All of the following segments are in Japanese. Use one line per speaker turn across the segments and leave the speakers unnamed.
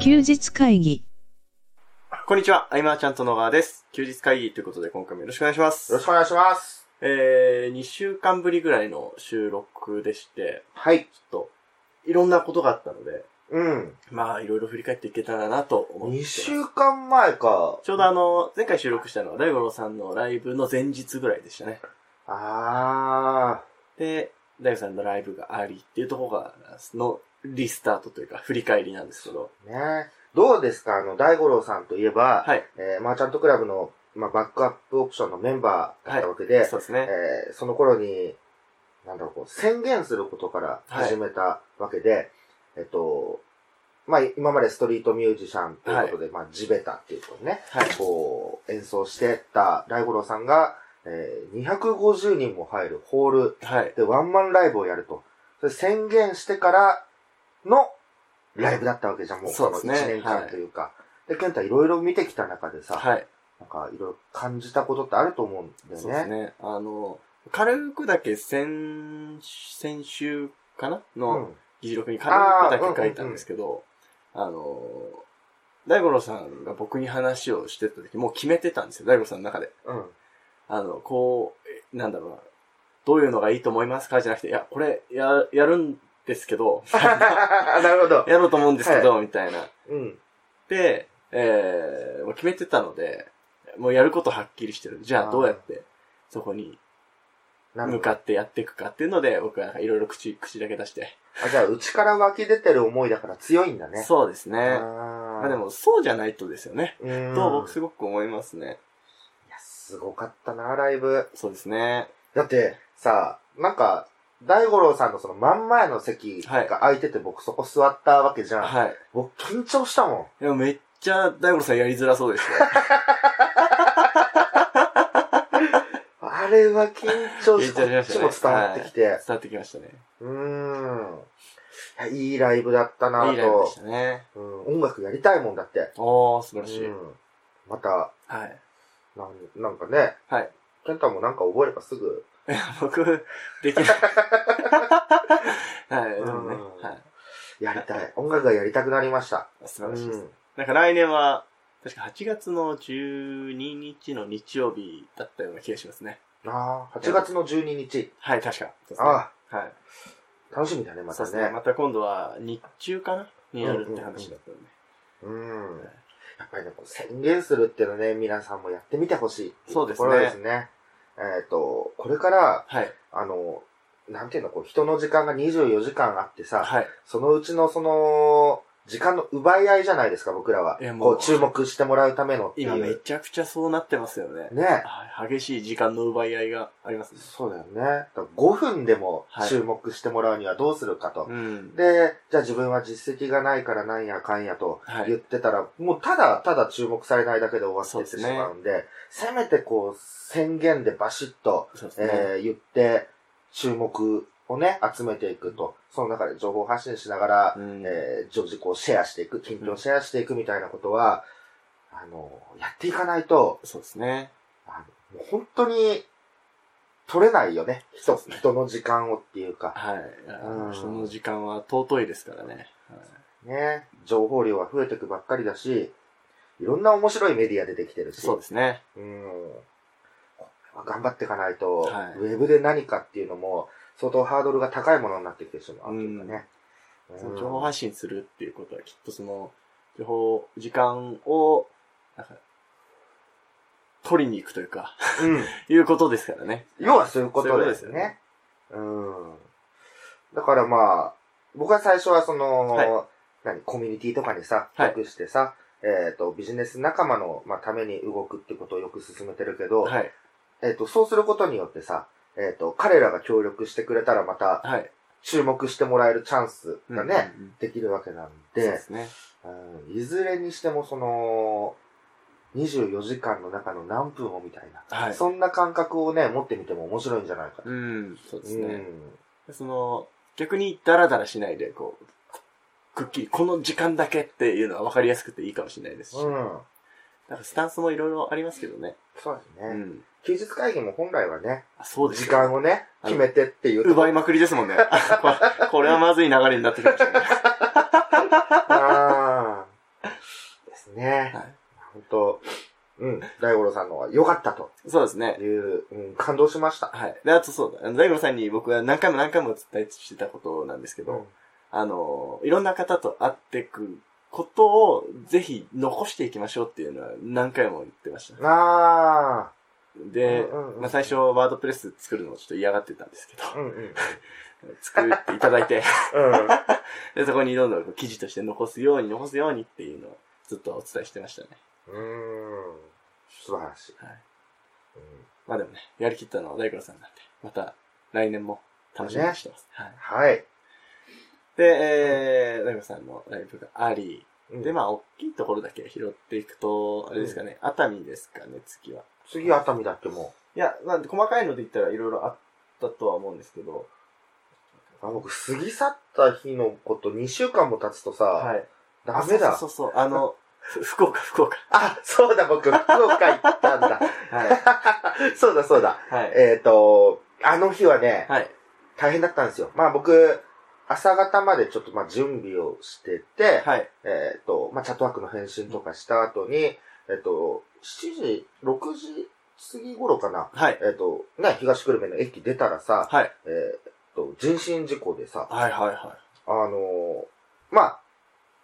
休日会議。
こんにちは、アイマーちゃんと野川です。休日会議ということで今回もよろしくお願いします。
よろしくお願いします。
えー、2週間ぶりぐらいの収録でして、
はい。
ちょっと、いろんなことがあったので、
うん。
まあ、いろいろ振り返っていけたらなと思って
2
ます。
週間前か。
ちょうどあの、前回収録したのは、大五郎さんのライブの前日ぐらいでしたね。
あ
で、大悟さんのライブがありっていうところが、のリスタートというか、振り返りなんですけど。
ー、ね。どうですかあの、大五郎さんといえば、
はい。
えー、マーチャントクラブの、まあ、バックアップオプションのメンバーだったわけで、
そうですね。
えーその頃に、なんだろう、こう、宣言することから始めたわけで、えっと、まあ、今までストリートミュージシャンということで、まあ、地べたっていうことね、
はい。
こう、演奏してた大五郎さんが、えー、250人も入るホール、
はい。
で、ワンマンライブをやると。それ宣言してからのライブだったわけじゃん、もう
そ
そう
で
の
す
1
ね
年
は
間
い
というか。で、ケンタいろいろ見てきた中でさ、
はい。
なんかいろいろ感じたことってあると思うんだ
そうです
よね。
ね。あの、軽くだけ先、先週かな
う
の
ん
議事録に軽くだけ書いたんですけど、あの、大五郎さんが僕に話をしてた時、もう決めてたんですよ、大五郎さんの中で。
うん。
あの、こう、えなんだろうな、どういうのがいいと思いますかじゃなくて、いや、これ、や、やるんですけ ど、
なるほど。
やろうと思うんですけど、みたいな。
うん。
で、えー、もう決めてたので、もうやることはっきりしてる。じゃ
あ
あ、
ー
どうやって、そこに
なる
向
ほど。
かってやっていくかっていうので、僕はなんかいろいろ口、口だけ出して。
あじゃあ、内から湧き出てる思いだから強いんだね。
そうです
う
ね。
ま
まあで、も、そうじゃないとですよね。
うん。
と、僕すごく思いますね。
いや、すごかったな、ライブ。
そうですね。
だって、さ、なんか、大五郎さんのその真ん前の席
はい
が空いてて、僕そこ座ったわけじゃん。
はい。
僕緊張したもん。
でもめっちゃ、大五郎さんやりづらそうで したよ。
あれは緊張し、こ
緊張しま
っ
し
ち
たね
も伝わってきて。
伝わってきましたね。
うーん。いやいいライブだったない
いライブで
と
し、たね。
うん。音楽やりたいもんだって。
おー、素晴
う
らしい。
ん。また、
はい。
なんなんかね、
はい。
ケンタもなんか覚えればすぐ。
僕、でき ない。 はい、でもね
うん。
はい。
やりたい。音楽がやりたくなりました。
素
う
晴らしいです。
ん。
なんか来年は、確か8月の12日の日曜日だったような気がしますね。
ああ、8月の12日。
はい、確か。そうですね
あ
はい。
あ、楽しみだね、ま
そ
た
うですね。
ね。
また今度は日中かなにやるって話だったんで。
うん。やっぱりね、こう宣言するっていうのはね、皆さんもやってみてほしいってい
そうですね
ところですね。えっと、これから、
はい。
あの、なんていうの、こう、人の時間が24時間あってさ、
はい。
そのうちのその、時間の奪い合いじゃないですか、僕らは。
いやも
こ
う
う、注目してもらうためのってい
今め
う。
ちゃくちゃそうなってますよね。
ね。
はい激しい時間の奪い合いがありますね。
そうだよね。だから5分でも
はい
注目してもらうにはどうするかと。
うん。
で、じゃあ自分は実績がないからなんやかんやと
はい
言ってたら、もうただただ注目されないだけで終わっていって
そう
し
ですね
まうんで、せめてこう、宣言でバシッと、
そうですね。
えー言って、注目をね、集めていくと。その中で情報発信しながら、
うん
えー、常時こうシェアしていく、近況シェアしていくみたいなことは、あの、やっていかないと、
そうですね。
あのもう本当に取れないよね。
そう
人
ですね、
人の時間をっていうか、
はい。あ
う
の
ん
その時間は尊いですからね。はい
ね。情報量が増えていくばっかりだし、いろんな面白いメディア出てきてるし、
そうですね。
うん。これは頑張っていかないと、
はい
ウェブで何かっていうのも、相当ハードルが高いものになってきてしまうというかね。うん
その情報発信するっていうことはきっとその、情報、時間を、なんか、取りに行くというか、
うん。
いうことですからね。
要はそういうことです
そういうことですよ
よ
ね
ね。うん。だからまあ、僕は最初はその、
はい
何、コミュニティとかにさ、
はい
よくしてさ、えっ、と、ビジネス仲間の、まあ、ために動くってことをよく進めてるけど、
はい。
えっ、と、そうすることによってさ、えっ、と、彼らが協力してくれたらまた、
はい。
注目してもらえるチャンスがね、
うんうんうん
できるわけなん
そうで
で、
すね。
うん、いずれにしてもその、24時間の中の何分をみたいな、
はい。
そんな感覚をね、持ってみても面白いんじゃないかな
うん、そうです
う
ね。
ん
その、逆にダラダラしないで、こう、くくっきり、この時間だけっていうのは分かりやすくていいかもしれないですし、
うん。
なんかスタンスもいろいろありますけどね。
そうで
う
すね。
ん。
休日会議も本来はね、
あそうです
時
よ
間をね、
はい
決めてっていう。
奪いまくりですもんね。 これこれはまずい流れになってきましたね。
あー本当うん、大五郎さんのは良かったと
そうですね。
いう、うん、感動しました。
はい。で、あとそうだ。あの大五郎さんに僕は何回も何回も伝えしてたことなんですけど、あの、いろんな方と会ってくことをぜひ残していきましょうっていうのは何回も言ってました。
あ
で、
うんうんうん
まあ、最初ワードプレス作るのをちょっと嫌がってたんですけど
あ、、うんうん。
作っていただいて、
うん。
で、そこにどんどんこう記事として残すように残すようにっていうのをずっとお伝えしてましたね。
うーん。素晴らしい。
はいまあでもね、やりきったのは大黒さんなんで、また来年も楽しみにしてます。はい。
はい。
で、えー、大黒さんのライブがあり、
うん
で、まあ、大きいところだけ拾っていくと、あれですかね、熱海ですかね、次は。
次、熱海だっても
いや、なんで細かいので言ったらいろいろあったとは思うんですけど、
う、あ僕、過ぎ去った日のこと2週間も経つとさ、
はい。
ダメだ。
そうそうそうそう、あ の、ふ福岡、福岡。
あ、そうだ、僕、福岡行ったん だ。
はい。
そうだ、そうだ。
はい。
えっ、と、あの日はね、
はい。
大変だったんですよ。まあ僕、朝方までちょっとまあ準備をしてて、
はい。
えっ、と、まあチャットワークの返信とかした後に、えっ、と、7時、6時過ぎ頃かな、
はい。
えっ、と、ね、東久留米の駅出たらさ、
はい。
えっと、人身事故でさ、
はい。は
あのーまあ、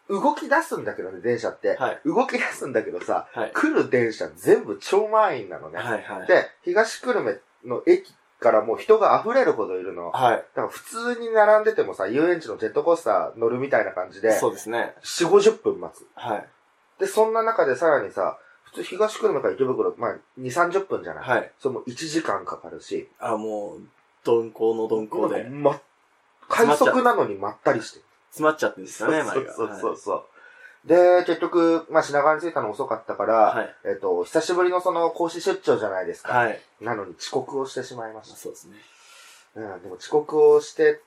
動き出すんだけどね、電車って。
い。はい。
動き出すんだけどさ、
はい。
来る電車全部超満員なのね。
はい。はい。
で、東久留米の駅からもう人が溢れるほどいるの。だ
はい。
から普通に並んでてもさ、遊園地のジェットコースター乗るみたいな感じで、
そうですね。
4、50分待つ。
はい。
で、そんな中でさらにさ、普通東久留米から池袋、まあ、2、30分じゃない。
はい。
それも1時間かかるし、
あ、もう、鈍行の鈍行で、
ま、快速なのにまったりして。
詰まっちゃってるんですよね、前が。
そうそうそうそう。で、結局、まあ、品川に着いたの遅かったから、
はい。
えっと、久しぶりのその、講師出張じゃないですか。
はい。はい。
なのに遅刻をしてしまいました。
そうですね。
うん、でも遅刻をして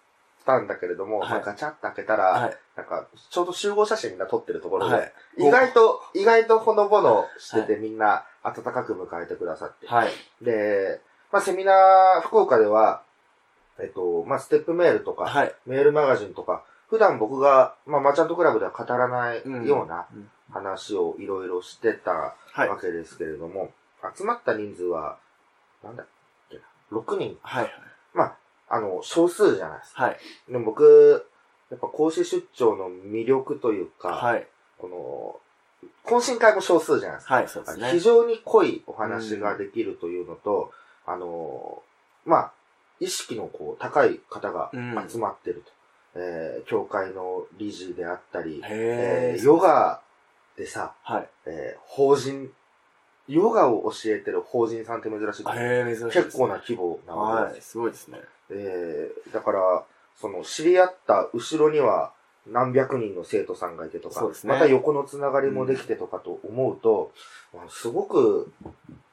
たんだけれども、
はい
まあ、ガチャって開けたら、
はい。
なんか、ちょうど集合写真みんな撮ってるところで、
はい。
意外と、意外とほのぼのしてて、みんな温かく迎えてくださって。
はい。
で、まあ、セミナー、福岡では、えっと、まあ、ステップメールとか、
はい。
メールマガジンとか、普段僕が、まあ、マーチャントクラブでは語らない
うん
ような
うん
話をいろいろしてた
はい。
わけですけれども、集まった人数は、なんだっけな、6人。
はい。
まあ、あの、少数じゃないですか。
はい。
でも僕、やっぱ講師出張の魅力というか、
はい。
この、懇親会も少数じゃないですか。
はい。そうですね
非。常に濃いお話ができるというのと、あの、まあ、意識のこう高い方が
うん
集まってると。えー教会の理事であったり、え
へ
ー
え。
ヨガでさ、
はい。
えー法人、ヨガを教えてる法人さんって珍しい。
へえ、珍しい。
結構な。規模なわけですよ
はい。すごいですね。
えー、だから、その、知り合った後ろには何百人の生徒さんがいてとか、
そうですね
また横のつながりもできてとかと思うと、あのすごく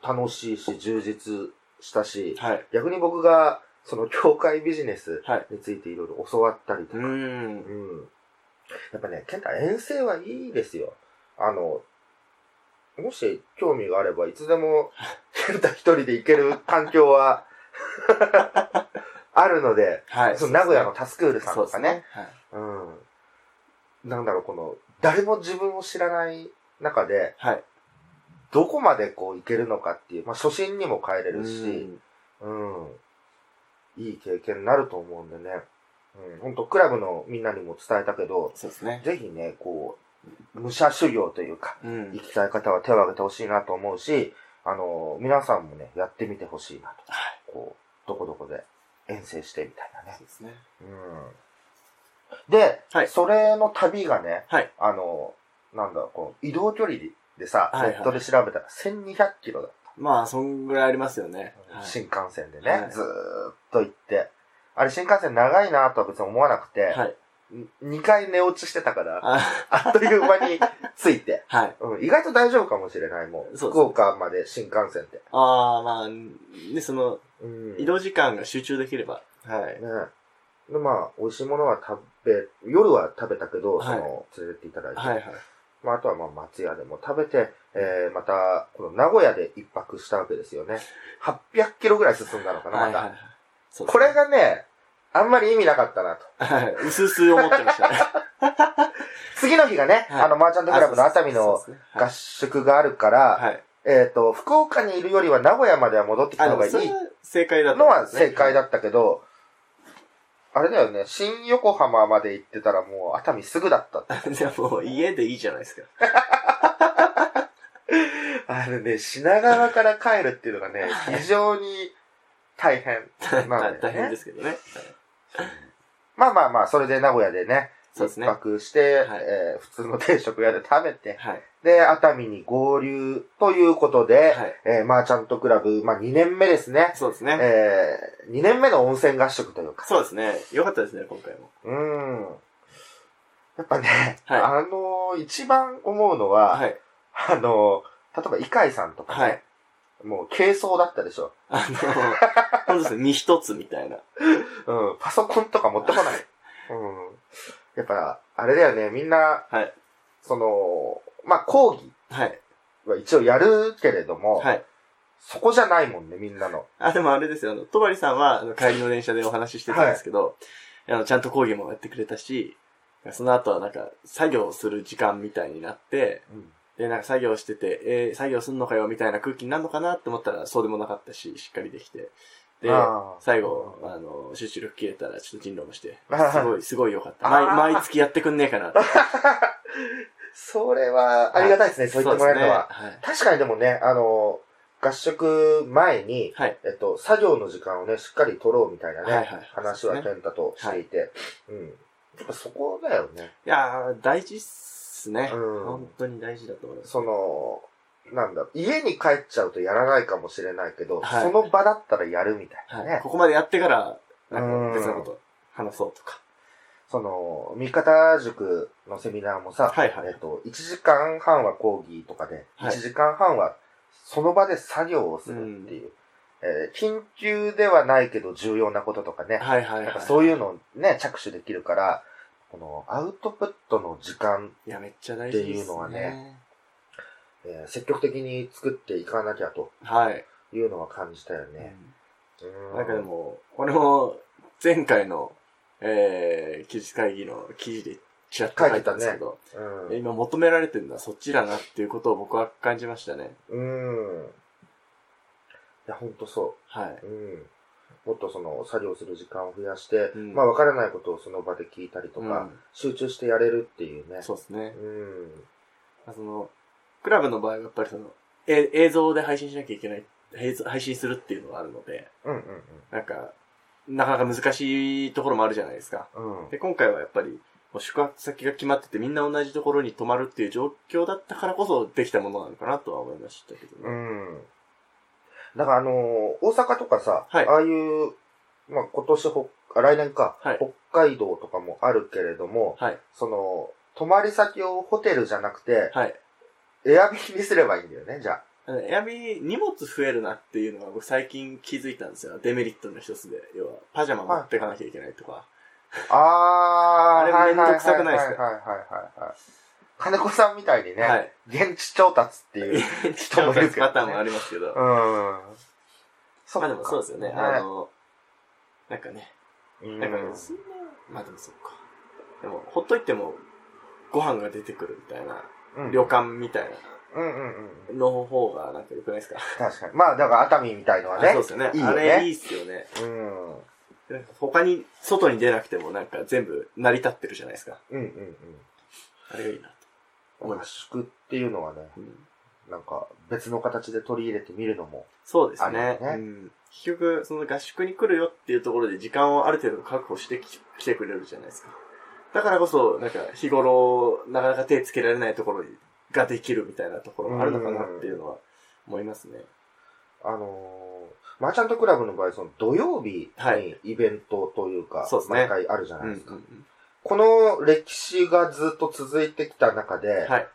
楽しいし、充実したし、
はい。
逆に僕が、その、教会ビジネス
はい。
についていろいろ教わったりと
う
か、
ー。
うんん。やっぱね、ケンタ、遠征はいいですよ。あの、もし興味があれば、いつで も、ケンタ一人で行ける環境は、 あるので、
はい。
その名古屋のタスクールさん
そう
と
です
か
ね
ね。。
はい。
うん。なんだろう、この、誰も自分を知らない中で、
はい。
どこまでこう行けるのかっていう、まあ初心にも変えれるし、
う
うん。いい経験になると思うんでね。うん。本当クラブのみんなにも伝えたけど
ん、そうですね。
ぜひね、こう、武者修行というか、
う
行
ん。
きたい方は手を挙げてほしいなと思うし、あの、皆さんもね、やってみてほしいな
はい。
と。こう、どこどこで遠征してみたいなね
そう。ですね。
うん。で、
はい
それの旅がね、
はい
あの、なんだ、こう、移動距離でさ、
はいはい
ネットで調べたら1200キロだっ
まあ、そんぐらいありますよね。
た、
はい
新幹線でね、
はい
ずーっと行って。あれ、新幹線長いなとは別に思わなくて、
はい。
2回寝落ちしてたから、
あ
あっという間に着いて。
はい。
うん、意外と大丈夫かもしれない、もう。
そうです
福岡まで新幹線で。
ああ、まあ、ね、その、
うん
移動時間が集中できれば。はい。
ね。で、まあ、美味しいものは食べ、夜は食べたけど、
はい
その、連れてっていただいて。
はいはい。
まあ、あとはまあ、松屋でも食べて、えー、また、この名古屋で一泊したわけですよね。800キロぐらい進んだのかな、ま
はい
た。
はいはい。そうですね
これがね、あんまり意味なかったなと。
はい。うすうす思ってま したね。
次の日がね、
はい
あの、マーチャントクラブの熱海の
そうですねはい
合宿があるから、
はい。
えっ、と、福岡にいるよりは名古屋までは戻ってき
あ
た方
の
がいい
それは正解だった
のは正解
だ。
だったけど、あれだよね、新横浜まで行ってたらもう熱海すぐだったって。
じゃあもう家 でいいじゃないですか。
あれね、品川から帰るっていうのがね、非常に大変な の。
大変ですすけどね。はい
まあまあまあ、それで名古屋でね、
そうですね
一。泊して、
はい
えー普通の定食屋で食べて、
はい。
で、熱海に合流ということで、
はい。
えーマーチャントクラブ、まあ2年目ですね。
そうですね。
えー、2年目の温泉合宿というか。
そうですね。よかったですね、今回も。
うーん。やっぱね、
はい
あのー一番思うのは、
はい。
あのー例えば、イカイさんとかね、
はい。
もう、軽装だったでしょ。
あの、本当 ですね、身一つみたいな。
うん、パソコンとか持ってこない。うん。やっぱ、あれだよね、みんな、
はい
その、まあ、講義
はい。
は一応やるけれども、
はい。
そこじゃないもんね、みんなの。
あ、でもあれですよ、あの、とばりさんは、あの、帰りの電車でお話ししてたんですけど、あの、ちゃんと講義もやってくれたし、その後はなんか、作業する時間みたいになって、
うん。
で、なんか作業してて、えー、作業すんのかよ、みたいな空気になるのかなって思ったら、そうでもなかったし、しっかりできて。で、
あー
最後、あの、集中力切れたら、ちょっと人狼もして、
あー
すごい、すごい良かった。
あー
毎、毎月やってくんねえかなって。
それは、 ありがたいですね、そう言ってもらえるのは。
そうですね
確かにでもね、あのー合宿前に、
はい。はい。
えっと、作業の時間をね、しっかり取ろうみたいなね、
はいはい
話は健太としていて、うん。やっぱそこだよね。
いやー、大事っすね。
うん
本当に大事だと思います。
その、なんだろう、家に帰っちゃうとやらないかもしれないけど、
はい
その場だったらやるみたいなね。
はい。ここまでやってから、なん
うん
か別のこと話そうとか。
その、味方塾のセミナーもさ、
はいはい
えっと、1時間半は講義とかで、
はい
1時間半はその場で作業をするっていう、えー緊急ではないけど重要なこととかね、
はいはい
なん
は
か
い。
そういうのをね、着手できるから、このアウトプットの時間、
いや、めっちゃ大事です、ね。
っていうのはね。えー積極的に作っていかなきゃと
はい。
いうのは感じたよね。うん
なんかでも、俺も前回の、えー、記事会議の記事でちらっと書いてたんですけど、
う
今求められてるのはそっちだなっていうことを僕は感じましたね。
ん。うん。いや、ほんとそ
はい。
う。うん。もっとその作業する時間を増やして、
うん
まあ分からないことをその場で聞いたりとか、
うん
集中してやれるっていうね。
そうですね。
うん。
まあその、クラブの場合はやっぱりその、え映像で配信しなきゃいけない、映像配信するっていうのがあるので、
うんうん
なんか、なかなか難しいところもあるじゃないですか。
うん。うん。
で、今回はやっぱり、もう宿泊先が決まっててみんな同じところに泊まるっていう状況だったからこそできたものなのかなとは思いましたけどね。
うん。だからあのー大阪とかさ、
はい
ああいう、まあ、今年ほ、あ来年か、
はい
北海道とかもあるけれども、
はい。
その、泊まり先をホテルじゃなくて、
はい。
エアビーにすればいいんだよね、じゃあ。
あのエアビー荷物増えるなっていうのは僕最近気づいたんですよ。デメリットの一つで。要は、パジャマ持ってかなきゃいけないとか。
あー、
あれ
はいはい
めんどくさくないですか
はいはいはいはい。金子さんみたいにね、
はい。
現地調達っていう。
人もい るパターンもありますけど。
うん。そ
まあでもそうですよね。あの、なんかね。
うん
なんかそんな、まあでもそうか。でも、ほっといても、ご飯が出てくるみたいな、
うん
旅館みたい
うんうんうん。
な、の方がなんか良くないですか
確かに。まあ、だから熱海みたいのは
あ
ね
そう。ですよね
いいよ
あ
ね
れいいっすよね。
うん。
なんか他に、外に出なくてもなんか全部成り立ってるじゃないですか。
うんうん
あれがいいなと
うん。
思い
合
まし
宿っていうのはね、
た。うん
なんか別の形で取り入れてみるのも。
そうです
あ
ね。
るよね
うん、結局、その合宿に来るよっていうところで時間をある程度確保してき来てくれるじゃないですか。だからこそ、なんか日頃、なかなか手つけられないところにができるみたいなところがあるのかなっていうのは思いますね。
あのー、マーチャントクラブの場合、その土曜日
はい
にイベントというか、
そうですね
毎回あるじゃ
う
なんいうですか。
ん
この歴史がずっと続いてきた中で、
うん、はい。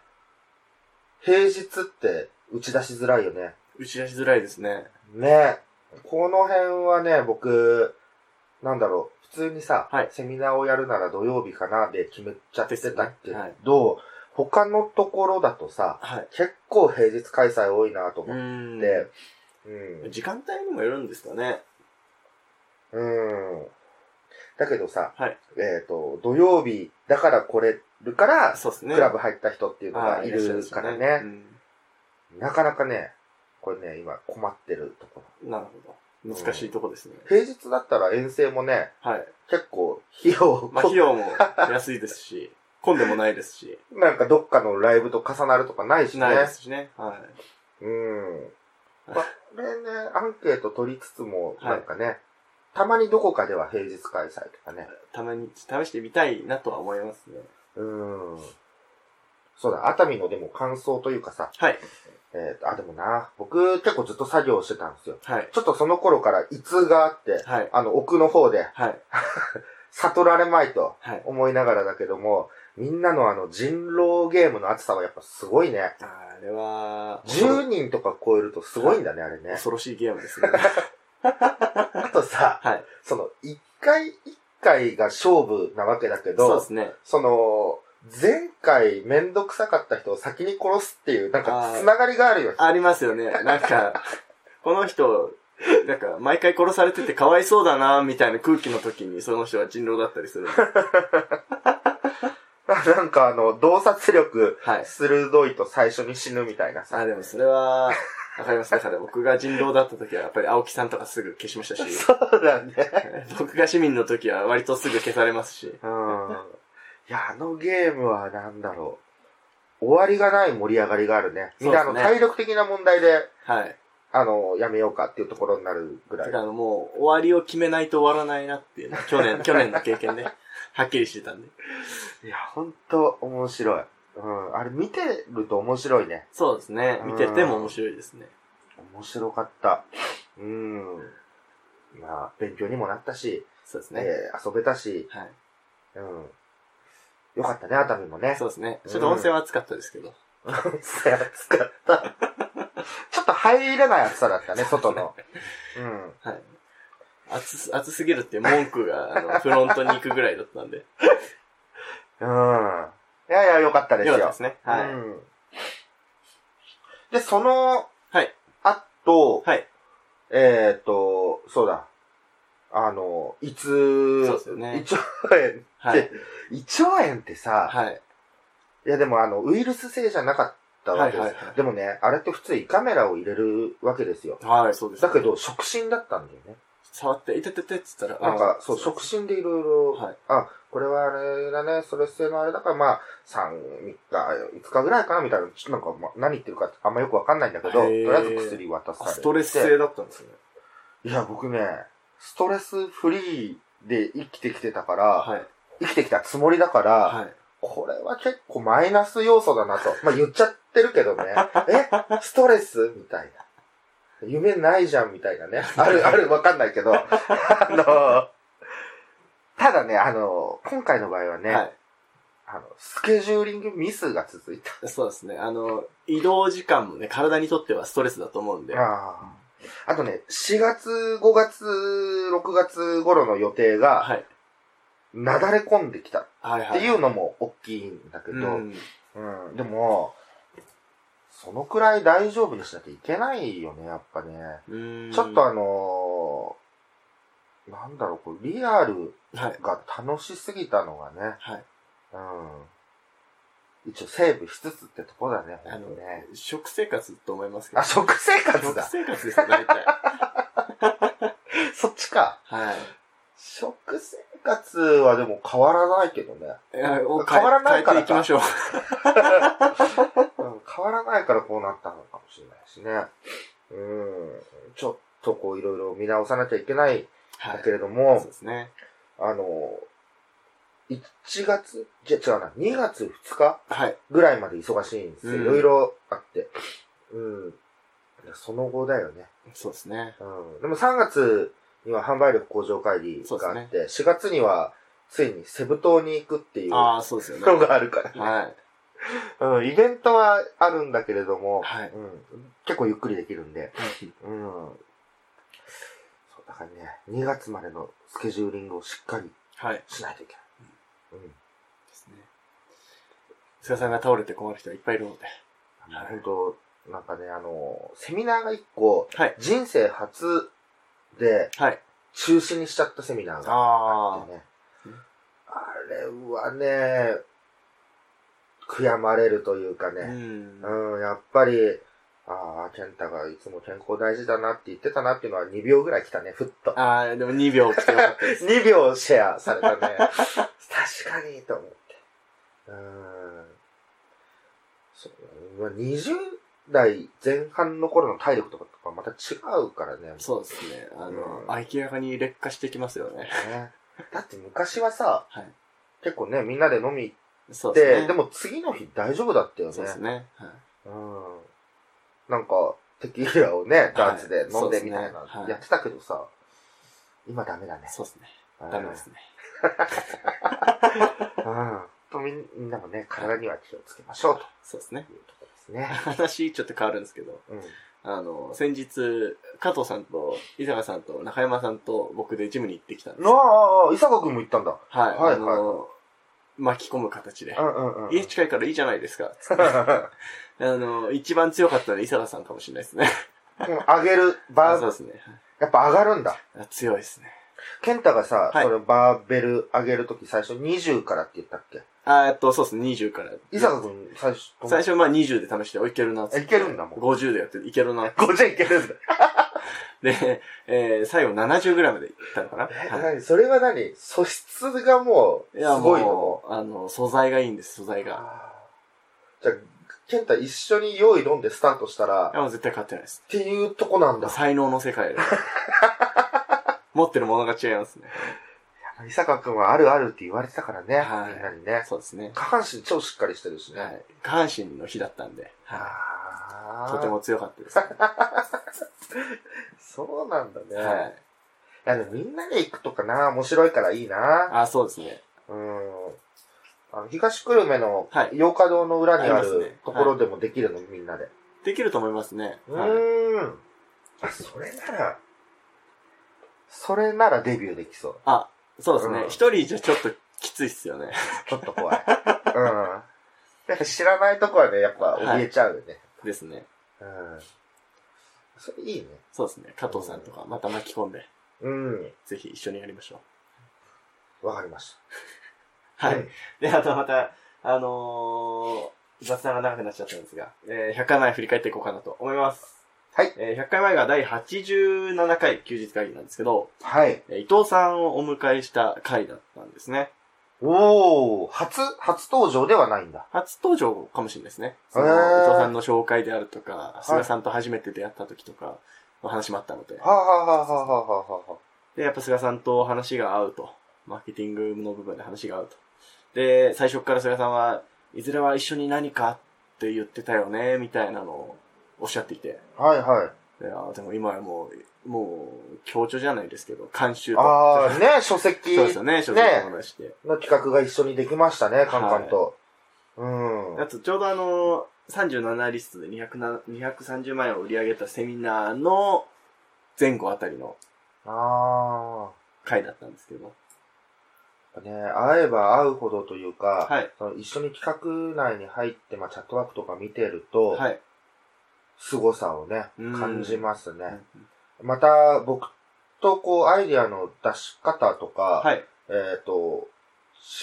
平日って打ち出しづらいよね。
打ち出しづらいですね。
ね。この辺はね、僕、なんだろう、普通にさ、
はい
セミナーをやるなら土曜日かなで決めちゃってたけ
ですねはい
ど、他のところだとさ、
はい。
結構平日開催多いなと
う
思っ
ん。
て、うん。
時間帯にもよるんですかね。
うん。だけどさ、
はい
えっ、と、土曜日だから来れるから、
そうですね。
クラブ入った人っていうの
は
が
い
い
らっしゃ
る
ですよ
からね。なかなかね、これね、今困ってるとこ
う
ろ。
んなるほど。難しいとこですね。
平日だったら遠征もね、
はい。
結構費用、
まあ、費用も安いですし、 混んでもないですし、
なんかどっかのライブと重なるとかないしね
ない。ですしね。は
うん。まあ、これね、アンケート取りつつも、
はい
なんかね、たまにどこかでは平日開催とかね。
い。たまに、試してみたいなとは思いますね。
うん。そうだ、熱海のでも感想というかさ、
はい。
えっ、と、あ、でもな、僕結構ずっと作業してたんですよ。
はい。
ちょっとその頃から胃痛があって、
はい。
あの、奥の方で
はい。
悟られまいと
はい。
思いながらだけども、みんなのあの人狼ゲームの熱さはやっぱすごいね。
あれは、
10人とか超えるとすごいんだね、あれね。
恐ろしいゲームですね。
あとさ、
はい。
その、一回一回が勝負なわけだけ
そう
ど、
ですね。
その、前回めんどくさかった人を先に殺すっていう、なんか
あー
つながりがあるよね。
ありますよね。なんか、この人、なんか、毎回殺されててかわいそうだな、みたいな空気の時に、その人は人狼だったりする。
なんかあの、洞察力
はい。
鋭いと最初に死ぬみたいなさ。
あ、でもそれは、わかります。だから僕が人狼だった時は、やっぱり青木さんとかすぐ消しましたし、
そうだね。
僕が市民の時は割とすぐ消されますし、
うん。いや、あのゲームはなんだろう。終わりがない盛り上がりがあるね。みんなあ
そ
の、
うですね
体力的な問題で、
はい。
あの、やめようかっていうところになるぐ
だ
ら
か
い。
らあのもう、終わりを決めないと終わらないなっていうのは、去年、去年の経験で、はっきりしてたんで。
いや、ほんと面白い。うん。あれ見てると面白いね。
そうですね。見てても面白いですね。
面白かった。うん。まあ、勉強にもなったし、
そうです
ね、
ね。
遊べたし、
はい。
うん。よかったね、熱海もね。
そうですね。ちょっと温泉は暑かったですけど。
暑かった。ちょっと入れない暑さだったね、外の。うん。
はい。暑す、暑すぎるって文句が、あの、フロントに行くぐらいだ ったんで。
うん。いやいや、良かったです
よ
よ。
かったですね。はい。
うん。で、その、
はい。
あと、
はい。
えっ、と、そうだ。あの、いつ、
そうですよね
胃腸炎、
はい。
胃腸炎ってさ、
はい。
い、やでもあの、ウイルス性じゃなかったわけです。
はいはいはい
でもね、あれって普通胃カメラを入れるわけですよ。
はい、そうです。
だけ、ど、触診だったんだよね。
触って、いてててって言ったら、
なんか、そう、触
食
診でいろいろ、
はい
あ、これはあれだね、それ性のあれだから、まあ、3、3日、5日ぐらいかな、みたいな、ちょなんか、まあ、何言ってるかあんまよくわかんないんだけど、と
へー
りあえず薬渡されて。
ストレス性だったんですよね。
いや、僕ね、ストレスフリーで生きてきてたから、
はい。
生きてきたつもりだから、
はい。
これは結構マイナス要素だなと。まあ、言っちゃってるけど ね。えストレスみたいな。夢ないじゃんみたいなね。ある、ある、わかんないけ ど。あの、ただね、あの、今回の場合はね、
は
あの、スケジューリングミスが続いた。
い。そうですね。あの、移動時間もね、体にとってはストレスだと思うんで。は
あああとね、4月、5月、6月頃の予定が、
い。
なだれ込んできた
はいは
っ
い。
ていうのも大きいんだけど、
うん。
うん、でも、そのくらい大丈夫にしなきゃいけないよね、やっぱね。
うん
ちょっと、あのーなんだろう、こうリアル
はい。
が楽しすぎたのがね、
はい。
うん。一応セーブしつつってとこだね、
あ
ほんと
の
ね。、
食生活と思いますけど。
あ、食生活
食
だ。
生活ですよ、大体。
そっちか。
はい。
食生活はでも変わらないけどね。
いや変
変わらないから
変えていきましょう。
うん変わらないからこうなったのかもしれないしね。うん。ちょっとこういろいろ見直さなきゃいけないん
は
だ
い。
けれども、
そうですね。
あの、1月じゃ違うな、2月2日
はい。
ぐらいまで忙しいんですよ。
うん
いろいろあって。うん。その後だよね。
そうですね。
うん。でも3月には販売力向上会議があ
そう
っ
で
て、4月にはついにセブ島に行くっていうの
ああ、そうですよね。
があるからね。
はい。
うん、イベントはあるんだけれども、
はい
うん、結構ゆっくりできるんで、うん。そう、だからね、2月までのスケジューリングをしっかり
はい。で
しないといけない。うん。
すね。菅さんが倒れて困る人はいっぱいいるので。はい
本当なんかね、あの、セミナーが一個、
はい。
人生初で、
はい。
中止にしちゃったセミナーがあっ
あ
てね。あれはね、悔やまれるというか
あ。う
ね、
ん。
うん、やっぱり、ああ、健太がいつも健康大事だなって言ってたなっていうのは2秒ぐらい来たね、ふっ と。
ああ、でも2秒来てよかったです。
2秒シェアされたね。 確かに、と思って。うーん。そうまあ20代前半の頃の体力とかとかまた違うから ね。
そうですね。あの
う、ん
明らかに劣化してきますよね。
ねだって昔はさ、
はい
結構ね、みんなで飲み行
そう
っ
です
て、
ね。
でも次の日大丈夫だったよね。
そうですね。はい
うん。なんか、テキーラをね、ダーツで飲
そ
ん
うで
です
ね
みたいな
は、い
やってたけどさ、今ダメだね。
そうですね。ダメですね。
うん。とみんみんなもね、体には気をつけましょう
そうですね
と。いうところですね。
話ちょっと変わるんですけど、
うん。
あの、先日、加藤さんと、伊坂さんと、中山さんと僕でジムに行ってきたんです
な
よ
あ、伊坂くんも行ったんだ。
はい。
はいはい
あの、巻き込む形で
う。んうんうん。
家近いからいいじゃないです か。
も
あの、一番強かったのは伊坂さんかもしれないですね。
う上げる、バ
あそう
ー、
ですね。
やっぱ上がるんだ。
はいあ強いですね。
ケンタがさ、
はい
それバーベル上げるとき最初20からって言ったっけ
あえっと、そうですね、20から。
伊坂くん最初、
最初、まあ20で試して、お、いけるなっつって。
いけるんだもん
50でやって、いけるな。
50いけるんだ。
で、えー、最後70グラムでいったのかな。
え
はい
何それは何素質がもう、
い
す
や、
ごいの
もう、あの、素材がいいんです、素材が。
あーじゃあ、ケンタ一緒に用意飲んでスタートしたら、
いや、もう絶対買ってないです。
っていうとこなんだ。
才能の世 界で。持ってるものが違いますね。
伊坂くんはあるあるって言われてたからね。
はい
みんなにね。
そうですね。
下半身超しっかりしてるしね。
はい。下半身の日だったんで、は
あ
い。
ー
とても強かった です。は
そうなんだね。い、
い。
や、でもみんなで行くとかな、面白いからいいな。
あ、そうですね。
うん。あの東久留米の
はい
洋華堂の裏にあ
ありますねは
る
い
ところでもできるの、みんなで。
できると思いますね。
う
はい。
ーん。あ、それなら、それならデビューできそう。
あ、そうですね
う。ん
一人じゃちょっときついっすよね。
ちょっと怖い。うん。なんか知らないとこはね、やっぱ怯えちゃうよね。
ですね。
うん。それいいね。
そうですね。加藤さんとか、また巻き込んで、
うん。
ぜひ一緒にやりましょう。
わかりまし
はい。
うん
で、あとまた、あのー、雑談が長くなっちゃったんですが、えー、100回前振り返っていこうかなと思います。
はい。
えー、100回前が第87回休日会議なんですけど、
た。はい。
えー伊藤さんをお迎えした回だったんですね。
おー、初、初登場ではないんだ。
初登場かもしれないですね。その、
へー
伊藤さんの紹介であるとか、菅さんと初めて出会った時とかの話もあったので
は、あ、はあはあはあはあは
で、やっぱ菅さんと話が合うと。マーケティングの部分で話が合うと。で、最初から菅さんは、いずれは一緒に何かって言ってたよね、みたいなのをおっしゃっていて。
あ、はいはい。
であでも今はもう、もう、強調じゃないですけど、監修と。
あー、ね、書籍
そうですよ
の
ね、正直な話して。
企画が一緒にできましたね、カンカンと。うん。
あと、ちょうどあの、37リストで200な230万円を売り上げたセミナーの前後あたりの
あ
回だったんですけど。
ー。ね、会えば会うほどというか、
はい。
その一緒に企画内に入って、まあ、チャットワークとか見てると、
はい。
凄さをね、
うん
感じますね。また、僕とこう、アイディアの出し方とか、
はい。
えっ、と、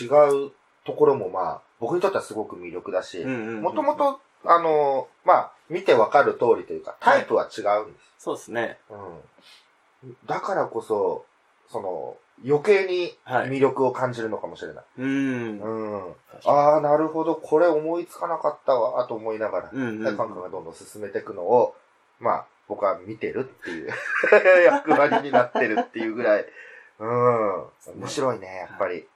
違うところもまあ、僕にとってはすごく魅力だし、もとも
と。
と、あの、まあ、見てわかる通りというか、タイプは違うんです。
そうですね。
うん。だからこそ、その、余計に
はい
魅力を感じるのかもしれない。
うん。
うん。
確か
ああ、なるほど、これ思いつかなかったわ、と思いながら。
にうんうん
カン君がどんどん進めていくのを、まあ、僕は見てるっていう 役割になってるっていうぐらい、うん。面白いね、やっぱり。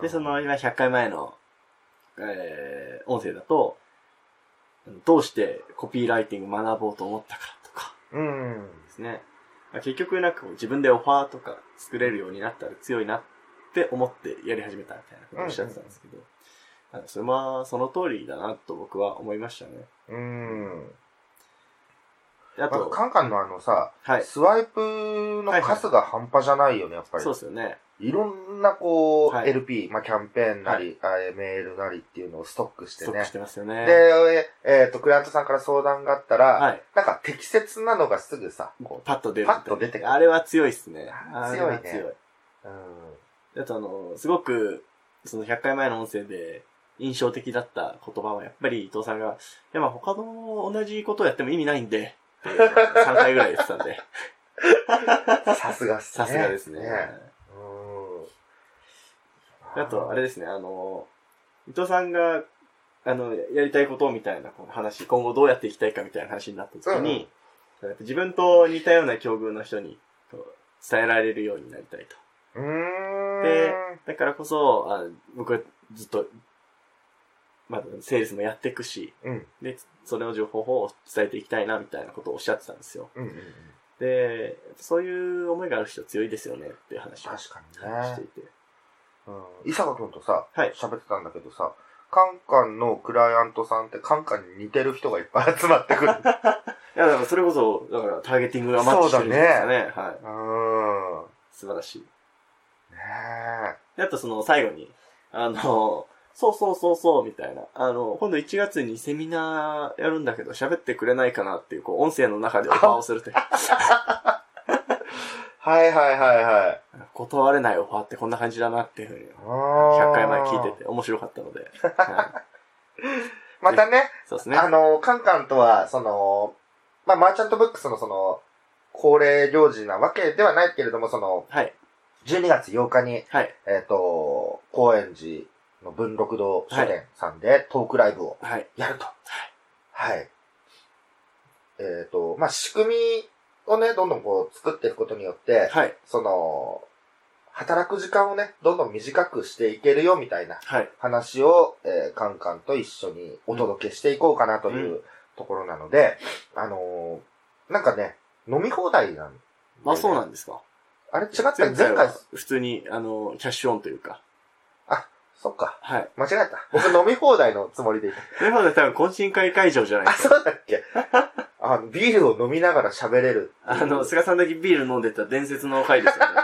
で、その、
うん、
今100回前の、えー、音声だと、どうしてコピーライティング学ぼうと思ったからとか
うん。
ですね。まあ結局なんかこう自分でオファーとか作れるようになったら強いなって思ってやり始めたみたいなことをおっしゃってたんですけど、なんかそれはその通りだなと僕は思いましたね。
うん。
であ
あと、
と、
カンカンのあのさ、
はい。
スワイプの数が半端じゃないよね、やっぱり。
そうですよね。
いろんなこう、
はい
LP、まあキャンペーンなり、あえメールなりっていうのをストックして
ストック
ね
し。てますよね。
で、ええーと、クライアントさんから相談があったら、
はい。
なんか適切なのがすぐさ、こ
パッと出る。
パッと出てくる
あれは強いっすね。
あ
あ
強いね
れは強い。
う、うん、
あとあの、すごく、その100回前の音声で印象的だった言葉はやっぱり伊藤さんが、いやまあ他の同じことをやっても意味ないんで、3回ぐらい言ってたんで、
さすがっす
さ
ね。
すがですね。
うん。
あと、あれですね、あの、伊藤さんが、あの、やりたいことみたいなこう話、今後どうやっていきたいかみたいな話になった時に、やっぱ自分と似たような境遇の人にこう伝えられるようになりたいと。
うーん。
でだからこそ、あ僕はずっと、まあ、セールスもやっていくし、
うん。
で、それの情報を伝えていきたいな、みたいなことをおっしゃってたんですよ。
うんうんうん。
で、そういう思いがある人強いですよね、っていう話を
確か
し
に
てい
ね。
て。
うん。伊坂君とさ、
はい
喋ってたんだけどさ、カンカンのクライアントさんってカンカンに似てる人がいっぱい集 まってくる。う
いや、だからそれこそ、だからターゲティングがマッチしてるんです
そ
よ
う
ね。はい。
ーん。
素晴らしい。
ね
であとその最後に、あの、そうそうそうそうみたいな。あの、今度1月にセミナーやるんだけど喋ってくれないかなっていう、こう、音声の中でオファーをするって。
え。はいはいはいはい。
断れないオファーってこんな感じだなっていうふうに、
100
100回前聞いてて面白かったので。はい
またね、
そうですね。
あの、カンカンとは、その、まあ、マーチャントブックスのその、恒例行事なわけではないけれども、その、
はい。
12月8日に、
はい。
えっ、と、高円寺の文禄堂書店さんでトークライブを
はい。
やると。はい。えっ、と、まあ、仕組みをね、どんどんこう作っていくことによって、
はい。
その、働く時間をね、どんどん短くしていけるよみたいな
はい。
話を、えーカンカンと一緒にお届けしていこうかなというところなので、あのーなんかね、飲み放題なんでね
あ、そうなんですか。
あれ違った
前
前
回
回
は、普通に、あの、キャッシュオンというか。
そっか、
はい。
間違えた。僕飲み放題のつもりでいた。
ということで多分懇親会会場じゃない
あ、そうだっけ あの、ビールを飲みながら喋れる。
あの、菅さんだけビール飲んでた伝説の会ですよね。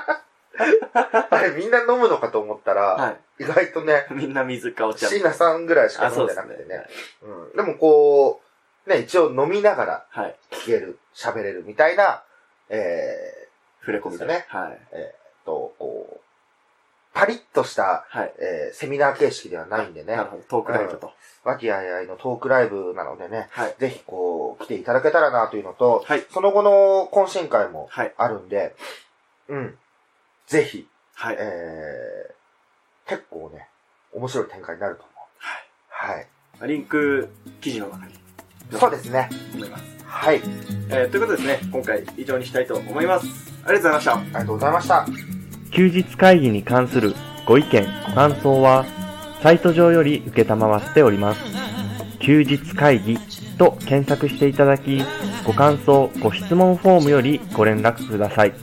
あれみんな飲むのかと思ったら、
は
意外とね、
い。みんな水かお茶。
椎名さんぐらいしか
あ、そ
飲ん
うで
ですな
ね
くてね。。うん。でもこう、ね、一応飲みながら
はい。
聞ける、喋れるみたいな、えー、
触れ込みで
そうですね。
はい。
えっと、こう、パリッとした、
はい。
えーセミナー形式ではないんでね
な、るほど。トークライブと。
和気あいあいのトークライブなのでね、
はい。
ぜひこう、来ていただけたらなというのと、
はい。
その後の懇親会も
はい。
あるんで、うん、ぜひ、
はい。
えー、結構ね、面白い展開になると思う。はい。
リンク記事の中に。
そうですね。
思います。
はい。あり
えーということでですね、今回以上にしたいと思います。ありがとうございました。
がとうございました。
休日会議に関するご意見、ご感想は、サイト上より受けたまわしております。休日会議と検索していただき、ご感想、ご質問フォームよりご連絡ください。